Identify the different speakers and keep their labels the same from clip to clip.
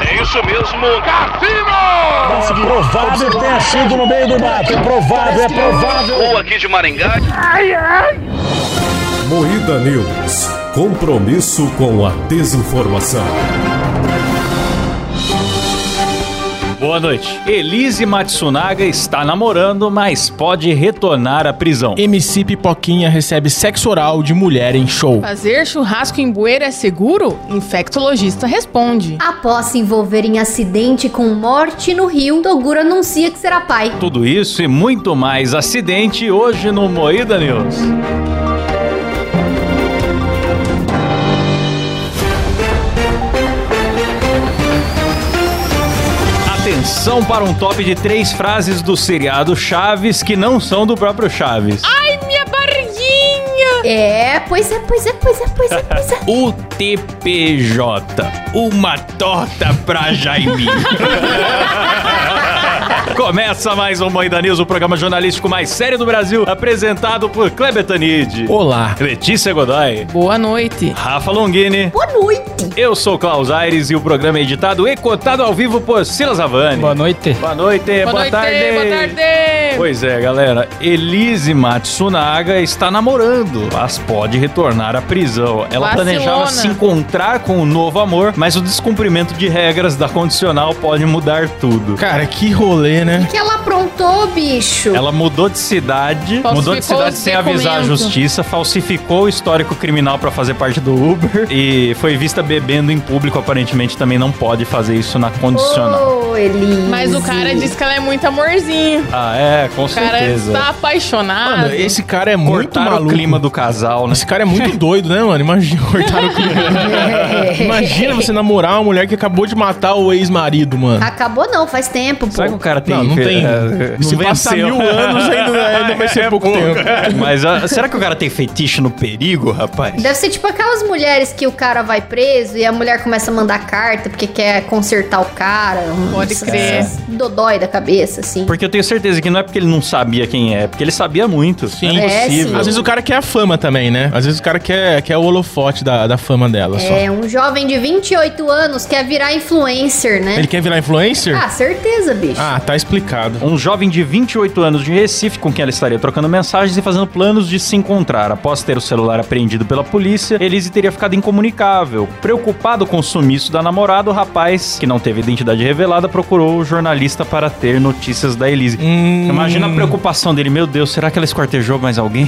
Speaker 1: É isso mesmo, Cassino!
Speaker 2: É provável que tenha sido no meio do mato. É provável, é provável.
Speaker 1: Ou aqui de Maringá.
Speaker 3: Moída News. Compromisso com a desinformação.
Speaker 4: Boa noite. Elise Matsunaga está namorando, mas pode retornar à prisão.
Speaker 5: MC Pipoquinha recebe sexo oral de mulher em show.
Speaker 6: Fazer churrasco em bueira é seguro? Infectologista responde.
Speaker 7: Após se envolver em acidente com morte no Rio, Toguro anuncia que será pai.
Speaker 4: Tudo isso e muito mais acidente hoje no Moída News. Atenção para um top de três frases do seriado Chaves que não são do próprio Chaves.
Speaker 6: Ai, minha barriguinha!
Speaker 7: É, pois é, pois é, pois é, pois é, pois é.
Speaker 4: O TPJ, uma torta pra Jaime. Começa mais um Moída News, o programa jornalístico mais sério do Brasil, apresentado por Kleber Tanid,
Speaker 5: Olá.
Speaker 4: Letícia Godoy,
Speaker 6: Boa noite.
Speaker 4: Rafa Longini,
Speaker 7: Boa noite.
Speaker 4: eu sou Klaus Aires e o programa é editado e cotado ao vivo por Silas Avani.
Speaker 5: Boa noite.
Speaker 4: Boa noite, É, boa,
Speaker 6: noite,
Speaker 4: tarde.
Speaker 6: boa tarde.
Speaker 4: Pois é, galera. Elise Matsunaga está namorando, mas pode retornar à prisão. Ela
Speaker 6: Vacilona.
Speaker 4: planejava se encontrar com o novo amor, mas o descumprimento de regras da condicional pode mudar tudo.
Speaker 5: Cara, que rolê, né?
Speaker 7: Que ela aprontou, bicho.
Speaker 4: Ela mudou de cidade,
Speaker 6: Falsificou
Speaker 4: mudou de cidade
Speaker 6: o
Speaker 4: sem avisar a
Speaker 6: documento.
Speaker 4: justiça, falsificou o histórico criminal pra fazer parte do Uber e foi vista bebendo em público. Aparentemente também não pode fazer isso na condicional.
Speaker 7: Ô, Elise.
Speaker 6: Mas o cara disse que ela é muito amorzinho.
Speaker 4: Ah, é, com
Speaker 6: O Oh. cara tá
Speaker 4: certeza.
Speaker 6: está apaixonado.
Speaker 5: Mano, esse cara é muito
Speaker 4: Cortaram
Speaker 5: maluco.
Speaker 4: o clima do casal, né?
Speaker 5: Esse cara é muito doido, né, mano? Imagina cortar o clima.
Speaker 7: É.
Speaker 5: Imagina você namorar uma mulher que acabou de matar o ex-marido, mano.
Speaker 7: Acabou não, faz tempo, pô.
Speaker 4: Será que o cara tem...
Speaker 5: Não, não tem.
Speaker 4: é,
Speaker 5: Se
Speaker 4: não
Speaker 5: passar
Speaker 4: venceu.
Speaker 5: mil anos, ainda, ainda vai ser pouco, tempo.
Speaker 4: Mas ah, será que o cara tem fetiche no perigo, rapaz?
Speaker 7: Deve ser tipo aquelas mulheres que o cara vai preso e a mulher começa a mandar carta porque quer consertar o cara. um-
Speaker 6: Pode
Speaker 7: essas-
Speaker 6: crer.
Speaker 7: essas Dodói da cabeça, assim.
Speaker 4: Porque eu tenho certeza que não é porque ele não sabia quem é, porque ele sabia muito.
Speaker 5: Sim.
Speaker 4: Não
Speaker 7: É,
Speaker 4: possível.
Speaker 7: sim.
Speaker 5: Às vezes o cara quer a fama também, né? Às vezes o cara quer, quer o holofote da, da fama dela só.
Speaker 7: É, um jovem de 28 anos quer virar influencer, né?
Speaker 5: Ele quer virar influencer?
Speaker 7: Ah, certeza, bicho.
Speaker 5: Ah, tá explicado.
Speaker 4: Um jovem de 28 anos de Recife, com quem ela estaria trocando mensagens e fazendo planos de se encontrar. Após ter o celular apreendido pela polícia, Elise teria ficado incomunicável. Preocupado com o sumiço da namorada, o rapaz, que não teve identidade revelada, procurou o jornalista para ter notícias da Elise.
Speaker 5: Hum.
Speaker 4: Imagina a preocupação dele. Meu Deus, será que ela esquartejou mais alguém?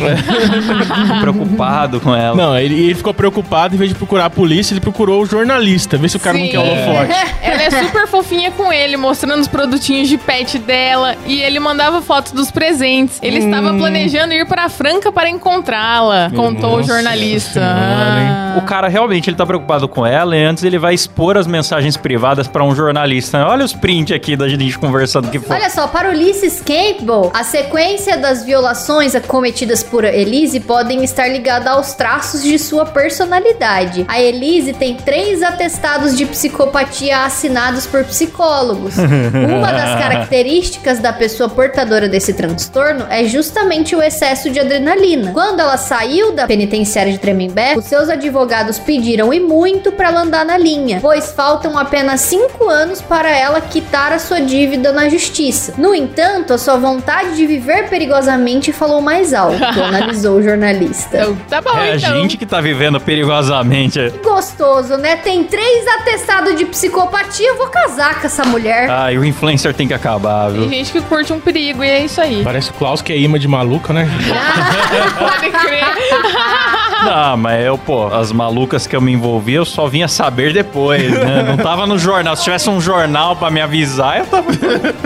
Speaker 4: Preocupado com ela.
Speaker 5: Não, ele, ele ficou preocupado, em vez de procurar a polícia, ele procurou o jornalista, ver se o cara não
Speaker 6: Sim.
Speaker 5: quer holofote.
Speaker 6: Ela é super fofinha com ele, mostrando os produtinhos de pet dela e ele mandava fotos dos presentes. Ele
Speaker 4: Hum.
Speaker 6: estava planejando ir para Franca para encontrá-la, contou o
Speaker 5: Nossa
Speaker 6: jornalista.
Speaker 5: Senhora, hein?
Speaker 6: Ah.
Speaker 4: O cara realmente ele tá preocupado com ela e antes ele vai expor as mensagens privadas pra um jornalista. Olha os print aqui da gente conversando que foi.
Speaker 7: Olha só, para Ulisses Campbell, a sequência das violações cometidas por Elise podem estar ligada aos traços de sua personalidade. A Elise tem três atestados de psicopatia assinados por psicólogos. Uma das características da pessoa portadora desse transtorno é justamente o excesso de adrenalina. Quando ela saiu da penitenciária de Tremembé, os seus advogados pediram e muito para ela andar na linha, pois faltam apenas cinco anos para ela quitar a sua dívida na justiça. No entanto, a sua vontade de viver perigosamente falou mais alto, analisou o jornalista.
Speaker 6: Então, tá bom,
Speaker 4: É a
Speaker 6: então.
Speaker 4: gente que tá vivendo perigosamente.
Speaker 7: Gostoso, né? Tem três atestados de psicopatia. Eu vou casar com essa mulher.
Speaker 4: Ah, e o influencer tem que acabar,
Speaker 6: Tem
Speaker 4: viu?
Speaker 6: gente que curte um perigo e é isso aí.
Speaker 5: Parece o Klaus que é imã de maluco, né?
Speaker 6: Pode crer.
Speaker 4: Não, mas eu, pô, as malucas que eu me envolvi, eu só vinha saber depois, né? Não tava no jornal. Se tivesse um jornal pra me avisar, eu tava,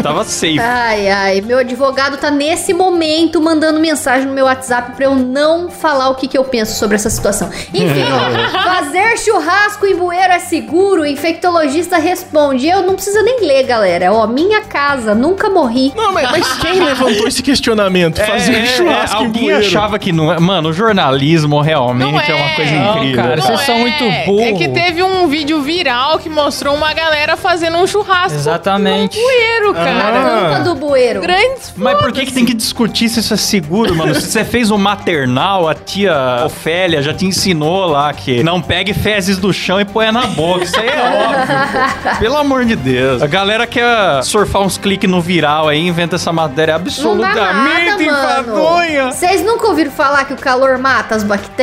Speaker 4: tava safe.
Speaker 7: Ai, ai, meu advogado tá nesse momento mandando mensagem no meu WhatsApp pra eu não falar o que, que eu penso sobre essa situação. Enfim, ó, fazer churrasco em bueiro é seguro? O infectologista responde. Eu não precisa nem ler, galera. Ó, minha casa, nunca morri.
Speaker 5: Não, mas, É, mas quem levantou esse questionamento? Fazer
Speaker 4: É, é,
Speaker 5: churrasco
Speaker 4: é,
Speaker 5: em
Speaker 4: alguém
Speaker 5: bueiro.
Speaker 4: achava que não é. Mano, o jornalismo Realmente é. uma coisa
Speaker 6: Não,
Speaker 4: incrível.
Speaker 8: cara, vocês são muito
Speaker 6: É
Speaker 8: burro.
Speaker 6: que teve um vídeo viral que mostrou uma galera fazendo um churrasco
Speaker 8: Exatamente.
Speaker 6: no bueiro,
Speaker 4: Ah.
Speaker 6: cara.
Speaker 7: Tampa do bueiro.
Speaker 6: Grandes
Speaker 4: Mas por que, que tem que discutir se isso é seguro, mano? se você fez um maternal, a tia Ofélia já te ensinou lá que não pegue fezes do chão e põe na boca. Isso aí é óbvio. pô. Pelo amor de Deus. A galera quer surfar uns cliques no viral aí, inventa essa matéria
Speaker 7: Não dá nada,
Speaker 4: absolutamente
Speaker 7: mano.
Speaker 4: enfadonha.
Speaker 7: Vocês nunca ouviram falar que o calor mata as bactérias?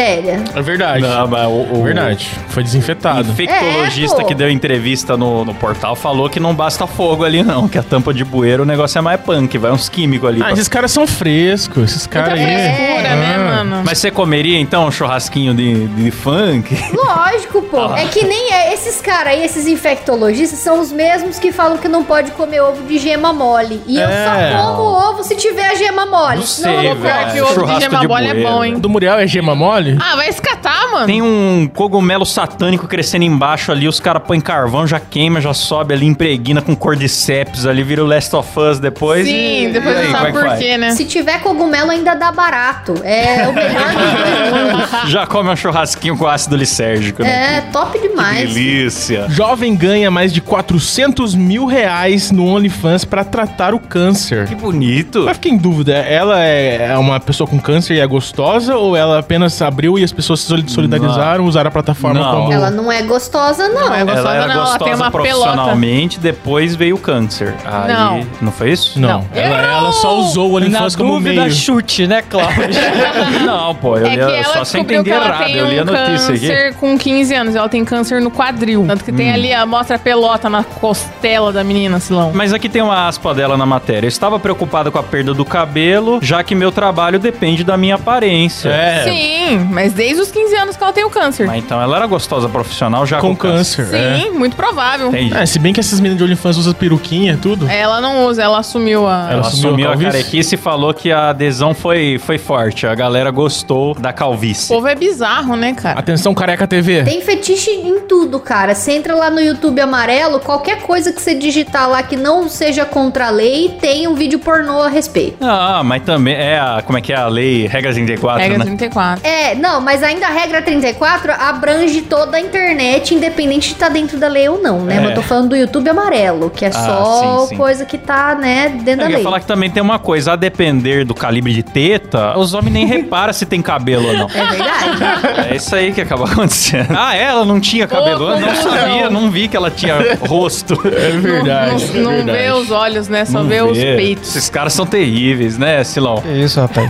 Speaker 5: É verdade. é
Speaker 4: Não, mas o, o
Speaker 5: Verdade. Foi desinfetado.
Speaker 4: infectologista
Speaker 7: É, pô.
Speaker 4: que deu entrevista no, no portal falou que não basta fogo ali, não. Que a tampa de bueiro o negócio é mais punk, vai uns químicos ali.
Speaker 5: Ah,
Speaker 4: pra
Speaker 5: esses caras são frescos, esses
Speaker 6: Muita
Speaker 5: caras aí.
Speaker 6: frescura, né,
Speaker 5: Ah.
Speaker 6: mano?
Speaker 4: Mas você comeria então um churrasquinho de, de funk?
Speaker 7: Lógico, pô. É que nem é- esses caras aí, esses infectologistas, são os mesmos que falam que não pode comer ovo de gema mole. E eu
Speaker 5: É.
Speaker 7: só como ovo se tiver a gema mole. senão eu não
Speaker 6: pior
Speaker 7: como.
Speaker 6: que o ovo de gema mole é
Speaker 4: bueiro.
Speaker 6: bom, hein?
Speaker 5: Do Muriel é gema mole?
Speaker 6: Ah, vai escatar, mano.
Speaker 4: Tem um cogumelo satânico crescendo embaixo ali, os caras põem carvão, já queima, já sobe ali, impregna com cordyceps ali, vira o Last of Us depois.
Speaker 6: Sim,
Speaker 4: e-
Speaker 6: depois
Speaker 4: e aí,
Speaker 6: não
Speaker 4: como é
Speaker 6: sabe
Speaker 4: que
Speaker 6: por
Speaker 4: faz?
Speaker 6: quê, né?
Speaker 7: Se tiver cogumelo, ainda dá barato. É o melhor dos dois mundos.
Speaker 6: né?
Speaker 4: Já come um churrasquinho com ácido licérgico, né?
Speaker 7: É top demais.
Speaker 4: Delícia.
Speaker 5: Jovem ganha mais de 400 mil reais no OnlyFans pra tratar o câncer.
Speaker 4: Que bonito.
Speaker 5: Mas fiquei em dúvida, ela é é uma pessoa com câncer e é gostosa ou ela apenas abriu e as pessoas se soli- solidarizaram, usaram a plataforma
Speaker 4: Não.
Speaker 5: como...
Speaker 7: Ela não é gostosa, não.
Speaker 6: é gostosa,
Speaker 4: Ela era
Speaker 6: não, ela
Speaker 4: gostosa
Speaker 6: tem uma pelota.
Speaker 4: profissionalmente, depois veio o câncer. Aí,
Speaker 6: Não.
Speaker 4: não foi isso?
Speaker 5: Não, Ela, ela só usou o
Speaker 8: Na
Speaker 5: OnlyFans como
Speaker 8: dúvida,
Speaker 5: meio.
Speaker 8: chute, né, Cláudio?
Speaker 4: Não, pô, eu
Speaker 6: É que
Speaker 4: li a-
Speaker 6: ela
Speaker 4: só sem
Speaker 6: descobriu
Speaker 4: entender
Speaker 6: que ela
Speaker 4: errado.
Speaker 6: tem
Speaker 4: Eu li a
Speaker 6: um
Speaker 4: notícia aqui. Hum.
Speaker 6: câncer com 15 anos. Ela tem câncer no quadril. Tanto que tem ali, ó, mostra a pelota na costela da menina, Silão.
Speaker 4: Mas aqui tem uma aspa dela na matéria. Eu estava preocupada com a perda do cabelo, já que meu trabalho depende da minha aparência.
Speaker 5: É,
Speaker 6: Sim, mas desde os 15 anos que ela tem o câncer.
Speaker 4: Mas então ela era gostosa profissional já com,
Speaker 5: com câncer. é.
Speaker 6: Sim, muito provável.
Speaker 4: Entendi.
Speaker 5: É, se bem que essas meninas de OnlyFans usam peruquinha, tudo.
Speaker 6: Ela não usa, ela assumiu a.
Speaker 5: Ela
Speaker 4: Ela
Speaker 5: assumiu a
Speaker 4: assumiu a
Speaker 5: calvície?
Speaker 4: carequice e falou que a adesão foi, foi forte. A galera gostou da
Speaker 6: O
Speaker 4: calvície.
Speaker 6: povo é bizarro, né, cara?
Speaker 5: Atenção, careca TV.
Speaker 7: Tem fetiche em tudo, cara. Você entra lá no YouTube amarelo, qualquer coisa que você digitar lá que não seja contra a lei, tem um vídeo pornô a respeito.
Speaker 4: Ah, mas também é a. Como é que é a lei? Regra 34,
Speaker 6: Regra
Speaker 4: né?
Speaker 6: 34.
Speaker 7: É, não, mas ainda a regra 34 abrange toda a internet, independente de estar dentro da lei ou não, né?
Speaker 4: É. Ah,
Speaker 7: Mas eu tô falando do YouTube amarelo, que é só
Speaker 4: sim, sim.
Speaker 7: coisa que tá, né, dentro da
Speaker 4: Eu ia
Speaker 7: lei.
Speaker 4: falar que também tem uma coisa, a depender do calibre de teta, os homens nem reparam se tem cabelo ou não.
Speaker 7: É verdade.
Speaker 4: É isso aí que acaba acontecendo. Ah, ela não tinha
Speaker 6: Boa
Speaker 4: cabelo, eu não
Speaker 6: conclusão.
Speaker 4: sabia, não vi que ela tinha rosto.
Speaker 5: É verdade.
Speaker 6: não não vê os olhos, né? Só
Speaker 4: Não
Speaker 6: vê, os
Speaker 4: vê.
Speaker 6: peitos.
Speaker 4: Esses caras são terríveis, né, Silão?
Speaker 8: Que isso, rapaz.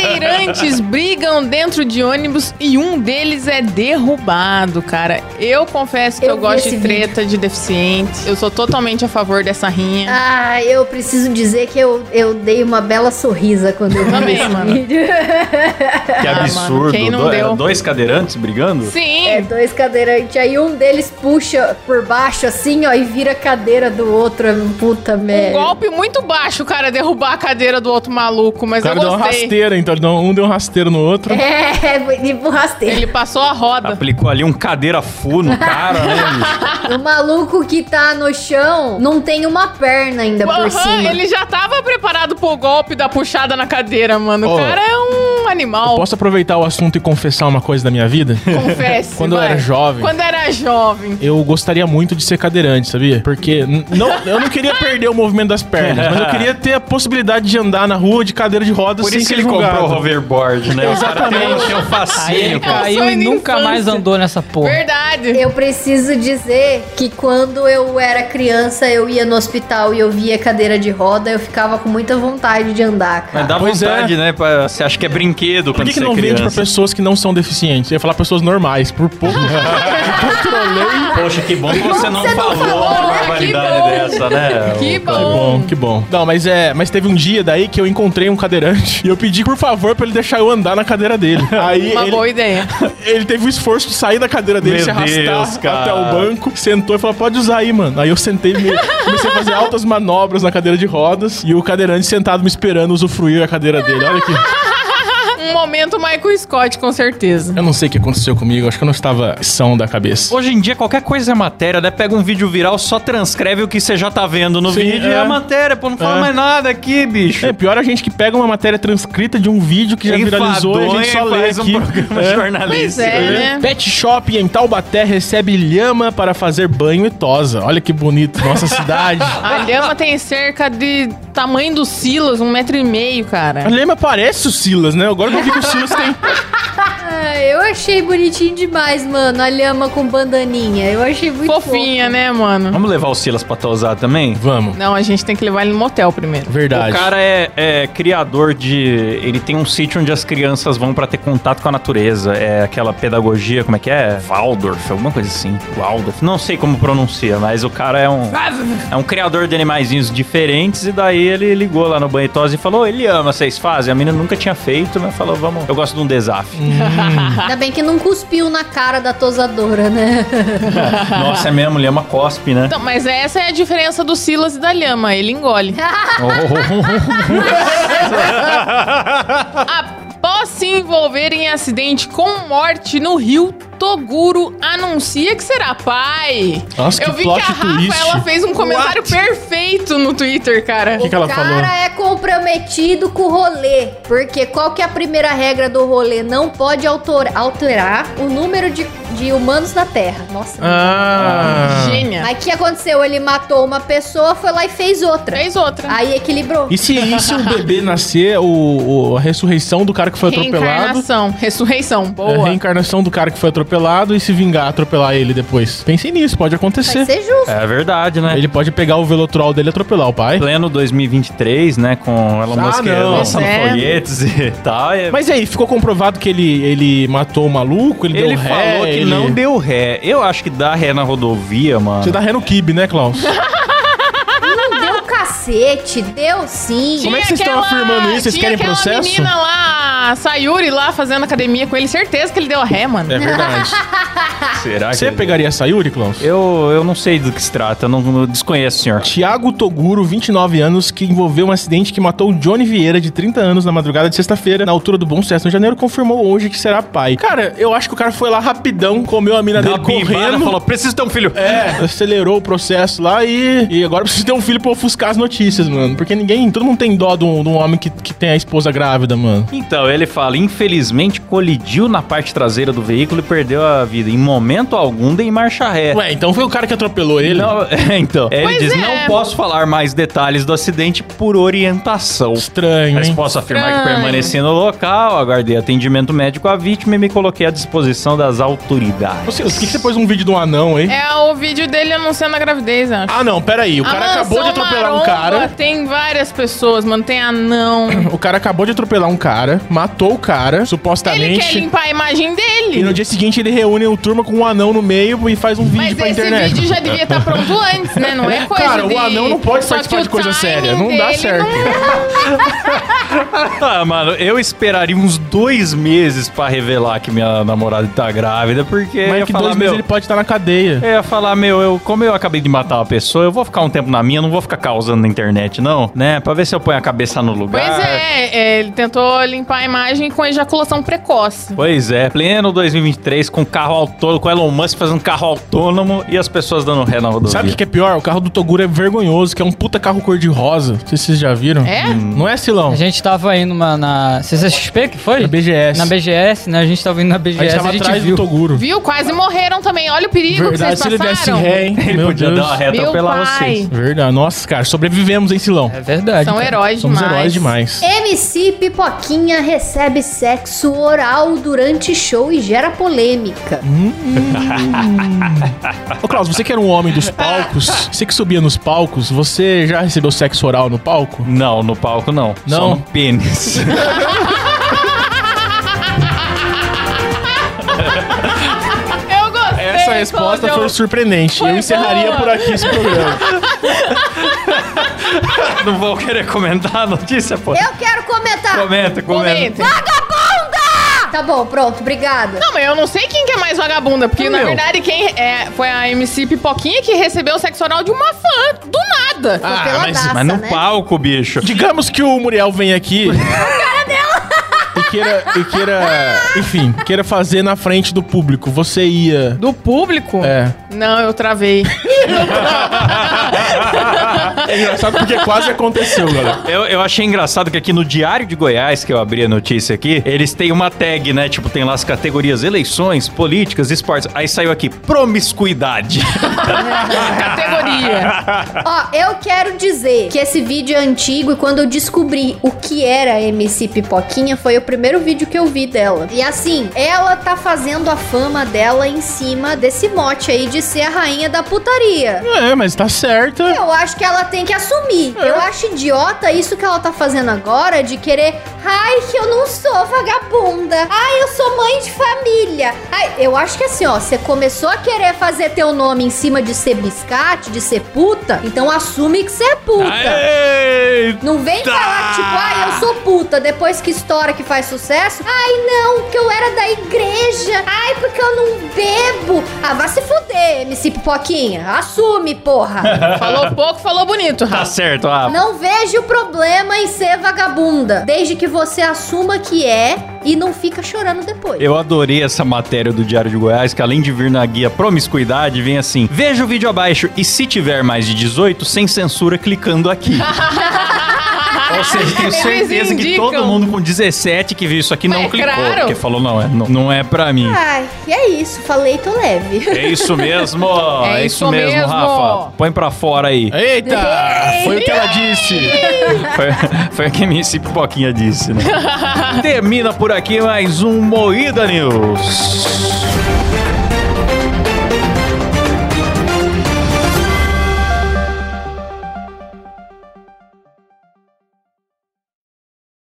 Speaker 6: Cadeirantes brigam dentro de ônibus e um deles é derrubado, cara. Eu confesso que eu,
Speaker 7: Eu vi
Speaker 6: gosto de
Speaker 7: esse
Speaker 6: treta de deficiente. Eu sou totalmente a favor dessa rinha.
Speaker 7: Ah, eu preciso dizer que eu, eu dei uma bela sorrisa quando eu vi
Speaker 6: Também,
Speaker 7: esse
Speaker 6: mano.
Speaker 7: vídeo.
Speaker 4: Que
Speaker 6: Ah,
Speaker 4: absurdo.
Speaker 6: mano, quem não
Speaker 4: Do-
Speaker 6: deu?
Speaker 4: Dois cadeirantes brigando?
Speaker 6: Sim,
Speaker 7: É, dois cadeirantes. Aí um deles puxa por baixo, assim, ó, e vira a cadeira do outro. é Puta
Speaker 6: um
Speaker 7: merda.
Speaker 6: golpe muito baixo, cara, derrubar a cadeira do outro maluco,
Speaker 5: O
Speaker 6: mas eu
Speaker 5: cara deu uma
Speaker 6: gostei.
Speaker 5: rasteira, então ele deu- um deu um rasteiro no outro.
Speaker 7: É, foi tipo rasteiro.
Speaker 6: Ele passou a roda.
Speaker 4: Aplicou ali um cadeira fu no cara, né, bicho?
Speaker 7: O maluco que tá no chão não tem uma perna ainda por
Speaker 6: Aham,
Speaker 7: cima.
Speaker 6: ele já tava preparado pro golpe da puxada na cadeira, mano. O
Speaker 5: Ó.
Speaker 6: cara é um animal.
Speaker 5: Posso aproveitar o assunto e confessar uma coisa da minha vida?
Speaker 6: Confesse.
Speaker 5: Quando eu
Speaker 6: vai.
Speaker 5: era jovem.
Speaker 6: Quando era jovem.
Speaker 5: Eu gostaria muito de ser cadeirante, sabia? Porque n- não, eu não queria perder o movimento das pernas, mas eu queria ter a possibilidade de andar na rua de cadeira de rodas
Speaker 4: Por
Speaker 5: sem
Speaker 4: isso que
Speaker 5: ser
Speaker 4: ele
Speaker 5: julgado.
Speaker 4: comprou o hoverboard, né? O cara tem encher o
Speaker 8: Aí ele
Speaker 6: é
Speaker 4: facinho, cara.
Speaker 8: caiu
Speaker 6: sonho
Speaker 8: e
Speaker 6: da
Speaker 8: nunca mais
Speaker 6: infância.
Speaker 8: andou nessa porra.
Speaker 6: Verdade.
Speaker 7: Eu preciso dizer que quando eu era criança, eu ia no hospital e eu via cadeira de roda, eu ficava com muita vontade de andar,
Speaker 4: Mas
Speaker 7: cara.
Speaker 4: dá
Speaker 5: Pois é.
Speaker 4: vontade, né? pra- Você acha que é brinquedo
Speaker 5: Por
Speaker 4: quando
Speaker 5: que, que
Speaker 4: você
Speaker 5: não
Speaker 4: é
Speaker 5: vende pra
Speaker 4: criança.
Speaker 5: pessoas que não são deficientes? Eu ia falar pessoas normais, por pouco.
Speaker 4: Poxa, que bom que você não
Speaker 7: você não
Speaker 4: falou
Speaker 7: falou,
Speaker 4: uma
Speaker 6: né? Que
Speaker 4: barbaridade
Speaker 6: bom.
Speaker 4: dessa, né?
Speaker 6: Que
Speaker 4: ô,
Speaker 5: Que é bom, que bom. Não, mas é. Mas teve um dia daí que eu encontrei um cadeirante e eu pedi, por favor, pra ele deixar eu andar na cadeira dele. Aí
Speaker 6: Uma
Speaker 5: ele,
Speaker 6: boa ideia.
Speaker 5: ele teve o esforço de sair da cadeira dele,
Speaker 4: Meu
Speaker 5: se arrastar
Speaker 4: Deus, cara.
Speaker 5: até o banco, sentou e falou: pode usar aí, mano. Aí eu sentei e me- comecei a fazer altas manobras na cadeira de rodas e o cadeirante sentado me esperando usufruir a cadeira dele. Olha aqui.
Speaker 6: um momento Michael Scott, com certeza.
Speaker 5: Eu não sei o que aconteceu comigo, acho que eu não estava são da cabeça.
Speaker 4: Hoje em dia, qualquer coisa é matéria, né? Pega um vídeo viral, só transcreve o que você já tá vendo no
Speaker 5: Sim,
Speaker 4: vídeo e
Speaker 5: é.
Speaker 4: é matéria, pô. Não fala
Speaker 5: É.
Speaker 4: mais nada aqui, bicho.
Speaker 5: É pior a gente que pega uma matéria transcrita de um vídeo que já viralizou e a gente só
Speaker 4: Enfadonha
Speaker 5: lê
Speaker 4: e faz
Speaker 5: aqui.
Speaker 4: um programa
Speaker 5: É.
Speaker 4: jornalístico.
Speaker 6: Pois é, né?
Speaker 5: Pet Shop em Taubaté recebe lhama para fazer banho e tosa. Olha que bonito, nossa cidade.
Speaker 6: A
Speaker 5: ah.
Speaker 6: lhama tem cerca de tamanho do Silas, um metro e meio,
Speaker 5: A
Speaker 6: cara.
Speaker 5: lhama parece o Silas, né? Agora que eu vi que o Silas tem...
Speaker 7: Ah, eu achei bonitinho demais, mano. A lhama com bandaninha. Eu achei muito
Speaker 6: Fofinha, né, mano?
Speaker 4: Vamos levar o Silas pra tosar também?
Speaker 5: Vamos.
Speaker 6: Não, a gente tem que levar ele no motel primeiro.
Speaker 5: Verdade.
Speaker 4: O cara é, é criador de. Ele tem um sítio onde as crianças vão pra ter contato com a natureza. É aquela pedagogia, como é que é? Waldorf, alguma coisa assim. Waldorf. Não sei como pronuncia, mas o cara é um. É um criador de animaizinhos diferentes. E daí ele ligou lá no banheitose e falou: ele ama, vocês fazem? A menina nunca tinha feito, mas falou: vamos, eu gosto de um desafio.
Speaker 5: né?
Speaker 7: fofo. Ainda bem que não cuspiu na cara da tosadora, né?
Speaker 4: Nossa, é mesmo, ele ama cospe, né?
Speaker 6: Então, mas essa é a diferença do Silas e da lhama, ele engole. Após se envolver em acidente com morte no rio, Toguro anuncia que será pai.
Speaker 5: Nossa, que
Speaker 6: Eu vi que a
Speaker 5: plot
Speaker 6: Rafa,
Speaker 5: twist.
Speaker 6: ela fez um comentário perfeito no Twitter, cara.
Speaker 5: O que que ela
Speaker 7: o
Speaker 5: falou?
Speaker 7: cara é comprometido com o rolê. Porque qual que é a primeira regra do rolê? Não pode autor- alterar o número de, de humanos na Terra. Nossa.
Speaker 5: Ah.
Speaker 6: Gênia.
Speaker 7: Aí o que aconteceu? Ele matou uma pessoa, foi lá e fez outra.
Speaker 6: Fez outra.
Speaker 7: Aí equilibrou.
Speaker 5: E se, e se o bebê nascer, o, o- a ressurreição do cara que foi atropelado? É,
Speaker 6: Reencarnação, ressurreição,
Speaker 5: A
Speaker 6: boa.
Speaker 5: reencarnação do cara que foi atropelado e se vingar, atropelar ele depois. Pensem nisso, pode
Speaker 7: Vai
Speaker 5: acontecer.
Speaker 7: ser justo.
Speaker 4: É verdade, né?
Speaker 5: Ele pode pegar o velotrol dele e atropelar o pai.
Speaker 4: Pleno 2023, né? Com Elon
Speaker 5: Ah,
Speaker 4: Musk
Speaker 5: não.
Speaker 4: lançando
Speaker 6: Pois é.
Speaker 4: folhetes e tal. é-
Speaker 5: Mas e aí, ficou comprovado que ele, ele matou o maluco, ele,
Speaker 4: Ele
Speaker 5: deu ré.
Speaker 4: falou que
Speaker 5: ele-
Speaker 4: não deu ré. Eu acho que dá ré na rodovia, mano.
Speaker 5: Você dá ré no kibe, né, Klaus?
Speaker 7: Não deu cacete, deu sim.
Speaker 5: Como é que
Speaker 6: Tinha
Speaker 5: vocês estão
Speaker 6: aquela-
Speaker 5: afirmando isso? Vocês
Speaker 6: tinha
Speaker 5: querem
Speaker 6: aquela
Speaker 5: processo?
Speaker 6: menina lá, a Sayuri lá fazendo academia com ele, certeza que ele deu ré, mano.
Speaker 5: É verdade.
Speaker 4: Será
Speaker 5: Você pegaria a Sayuri, Klaus?
Speaker 4: Eu, eu não sei do que se trata, eu não, não desconheço, senhor.
Speaker 5: Tiago Toguro, 29 anos, que envolveu um acidente que matou o Johnny Vieira, de 30 anos, na madrugada de sexta-feira, na altura do Bom Sucesso, no janeiro, confirmou hoje que será pai. Cara, eu acho que o cara foi lá rapidão, comeu a mina
Speaker 4: Dá
Speaker 5: dele
Speaker 4: uma bimbada,
Speaker 5: correndo.
Speaker 4: falou, preciso ter um filho.
Speaker 5: É, acelerou o processo lá e, e agora precisa ter um filho pra ofuscar as notícias, mano. Porque ninguém, todo mundo tem dó de um, de um homem que, que tem a esposa grávida, mano.
Speaker 4: Então, ele fala, infelizmente colidiu na parte traseira do veículo e perdeu a vida. Em momento algum, dei marcha ré.
Speaker 5: Ué, então foi o cara que atropelou ele?
Speaker 4: É. Não, é, então. Ele
Speaker 6: Pois
Speaker 4: diz,
Speaker 6: é.
Speaker 4: não posso falar mais detalhes do acidente por orientação.
Speaker 5: Estranho,
Speaker 4: Mas
Speaker 5: hein?
Speaker 4: posso afirmar que
Speaker 6: Estranho.
Speaker 4: permaneci no local, aguardei atendimento médico à vítima e me coloquei à disposição das
Speaker 5: Ô,
Speaker 4: autoridades.
Speaker 5: Silas, por que que você pôs um vídeo de um anão, hein?
Speaker 6: É o vídeo dele anunciando a gravidez, acho.
Speaker 5: Ah, não, peraí. O
Speaker 6: A
Speaker 5: cara acabou de
Speaker 6: mansão
Speaker 5: atropelar um
Speaker 6: maromba
Speaker 5: cara.
Speaker 6: Tem várias pessoas, mano. Tem anão.
Speaker 5: O cara acabou de atropelar um cara, matou o cara,
Speaker 6: Ele quer
Speaker 5: supostamente.
Speaker 6: limpar a imagem dele.
Speaker 5: Tá E no dia seguinte ele reúne o turma com um anão no meio e faz um vídeo
Speaker 6: Mas
Speaker 5: pra
Speaker 6: esse
Speaker 5: internet.
Speaker 6: vídeo já devia estar pronto antes, né? Não é coisa
Speaker 5: Cara,
Speaker 6: de...
Speaker 5: o anão não pode
Speaker 6: Só
Speaker 5: participar
Speaker 6: que o
Speaker 5: de coisa
Speaker 6: timing
Speaker 5: séria. Não dá
Speaker 6: dele
Speaker 5: certo.
Speaker 4: Ah, mano, eu esperaria uns dois meses pra revelar que minha namorada tá grávida, porque
Speaker 6: é
Speaker 4: eu
Speaker 5: Mas
Speaker 4: ia
Speaker 5: que
Speaker 4: falar,
Speaker 5: dois meses
Speaker 4: meu...
Speaker 5: ele pode estar na cadeia.
Speaker 4: Eu ia falar, meu, eu, como eu acabei de matar uma pessoa, eu vou ficar um tempo na minha, não vou ficar causando na internet, não, né? Pra ver se eu ponho a cabeça no lugar.
Speaker 6: Pois
Speaker 5: Ah.
Speaker 6: é, é, ele tentou limpar a imagem com ejaculação precoce.
Speaker 4: Pois é, pleno 2023, com carro autônomo, com Elon Musk fazendo carro autônomo e as pessoas dando ré na rodovia.
Speaker 5: Sabe o que que é pior? O carro do Toguro é vergonhoso, que é um puta carro cor-de-rosa. Não sei se vocês já viram.
Speaker 6: É?
Speaker 5: Não é, Silão?
Speaker 8: A gente tava indo uma, na CCXP, que foi?
Speaker 5: Na BGS.
Speaker 8: Na BGS, né? A gente tava indo na
Speaker 5: A
Speaker 8: BGS,
Speaker 5: gente tava atrás
Speaker 8: viu.
Speaker 5: do Toguro.
Speaker 6: Viu? Quase morreram também. Olha o perigo
Speaker 5: Verdade,
Speaker 6: que
Speaker 5: se ele
Speaker 6: vocês
Speaker 5: desse
Speaker 6: passaram.
Speaker 5: ré, hein?
Speaker 4: Ele
Speaker 5: Meu
Speaker 4: podia
Speaker 5: Deus.
Speaker 4: dar uma ré
Speaker 6: Meu
Speaker 4: atropelar
Speaker 6: pai.
Speaker 4: vocês.
Speaker 5: Verdade. Nossa, cara, sobrevivemos, hein, Silão?
Speaker 8: É verdade.
Speaker 6: São
Speaker 8: cara.
Speaker 6: heróis
Speaker 5: Somos
Speaker 6: demais.
Speaker 5: heróis demais.
Speaker 7: MC Pipoquinha recebe sexo oral durante show e gera polêmica.
Speaker 5: Ô, Klaus, você que era um homem dos palcos, você que subia nos palcos, você já recebeu sexo oral no palco?
Speaker 4: Não, no palco não. Só
Speaker 5: Não?
Speaker 4: no pênis.
Speaker 6: Eu gostei.
Speaker 5: Essa resposta foi
Speaker 6: Cláudio.
Speaker 5: surpreendente.
Speaker 6: Foi
Speaker 5: Eu encerraria
Speaker 6: boa.
Speaker 5: por aqui esse programa.
Speaker 4: não vou querer comentar a notícia, pô.
Speaker 7: Eu quero comentar.
Speaker 4: Comenta, comenta.
Speaker 6: Comenta.
Speaker 7: Vagabunda! Tá bom, pronto, obrigada.
Speaker 6: Não, mas eu não sei quem que é mais vagabunda, porque na
Speaker 4: Meu.
Speaker 6: verdade quem é, foi a MC Pipoquinha que recebeu o sexo oral de uma fã, do nada.
Speaker 7: Foi
Speaker 5: Ah,
Speaker 7: peladaça,
Speaker 4: É, Mas no
Speaker 7: né?
Speaker 4: palco, bicho.
Speaker 5: Digamos que o Muriel vem aqui. e queira, e queira, enfim, queira fazer na frente do público, você ia.
Speaker 6: Do público?
Speaker 5: É.
Speaker 6: Não, eu travei.
Speaker 5: É engraçado porque quase aconteceu, galera.
Speaker 4: Eu, eu achei engraçado que aqui no Diário de Goiás, que eu abri a notícia aqui, eles têm uma tag, né? Tipo, tem lá as categorias eleições, políticas, esportes. Aí saiu aqui, promiscuidade.
Speaker 6: Categoria.
Speaker 7: Ó, eu quero dizer que esse vídeo é antigo e quando eu descobri o que era MC Pipoquinha, foi o primeiro vídeo que eu vi dela. E assim, ela tá fazendo a fama dela em cima desse mote aí de ser a rainha da putaria.
Speaker 5: É, mas tá certa.
Speaker 7: Eu acho que ela tem que assumir. Eu acho idiota isso que ela tá fazendo agora de querer. Ai, que eu não sou vagabunda. Ai, eu sou mãe de família. Ai, eu acho que assim, ó, você começou a querer fazer teu nome em cima de ser biscate, de ser puta, então assume que você é puta.
Speaker 4: Aê!
Speaker 7: Não vem falar que, tipo, ai, eu sou puta, depois que estoura que faz sucesso. Ai, não, porque eu era da igreja. Ai, porque eu não bebo. Ah, vai se fuder, MC Pipoquinha. Assume, porra.
Speaker 6: Falou pouco, falou bonito,
Speaker 4: Tá
Speaker 6: Rafa.
Speaker 4: certo, ah,
Speaker 7: Não vejo problema em ser vagabunda, desde que você assuma que é e não fica chorando depois.
Speaker 4: Eu adorei essa matéria do Diário de Goiás, que além de vir na guia Promiscuidade, vem assim: veja o vídeo abaixo e se tiver mais de 18, sem censura, clicando aqui. Ou seja, tenho
Speaker 6: Eles
Speaker 4: certeza que
Speaker 6: indicam.
Speaker 4: todo mundo com 17 que viu isso aqui não
Speaker 6: Mas é
Speaker 4: clicou.
Speaker 6: claro.
Speaker 4: Porque falou, não, é, não, não é pra mim.
Speaker 7: Ai, e é isso, falei, tô leve.
Speaker 4: É isso mesmo, é, isso,
Speaker 6: isso
Speaker 4: mesmo,
Speaker 6: mesmo.
Speaker 4: Rafa. Põe pra fora aí.
Speaker 5: Eita! Foi o que ela disse.
Speaker 4: Foi, foi o que a minha pipoquinha disse, né? Termina por aqui mais um Moída News.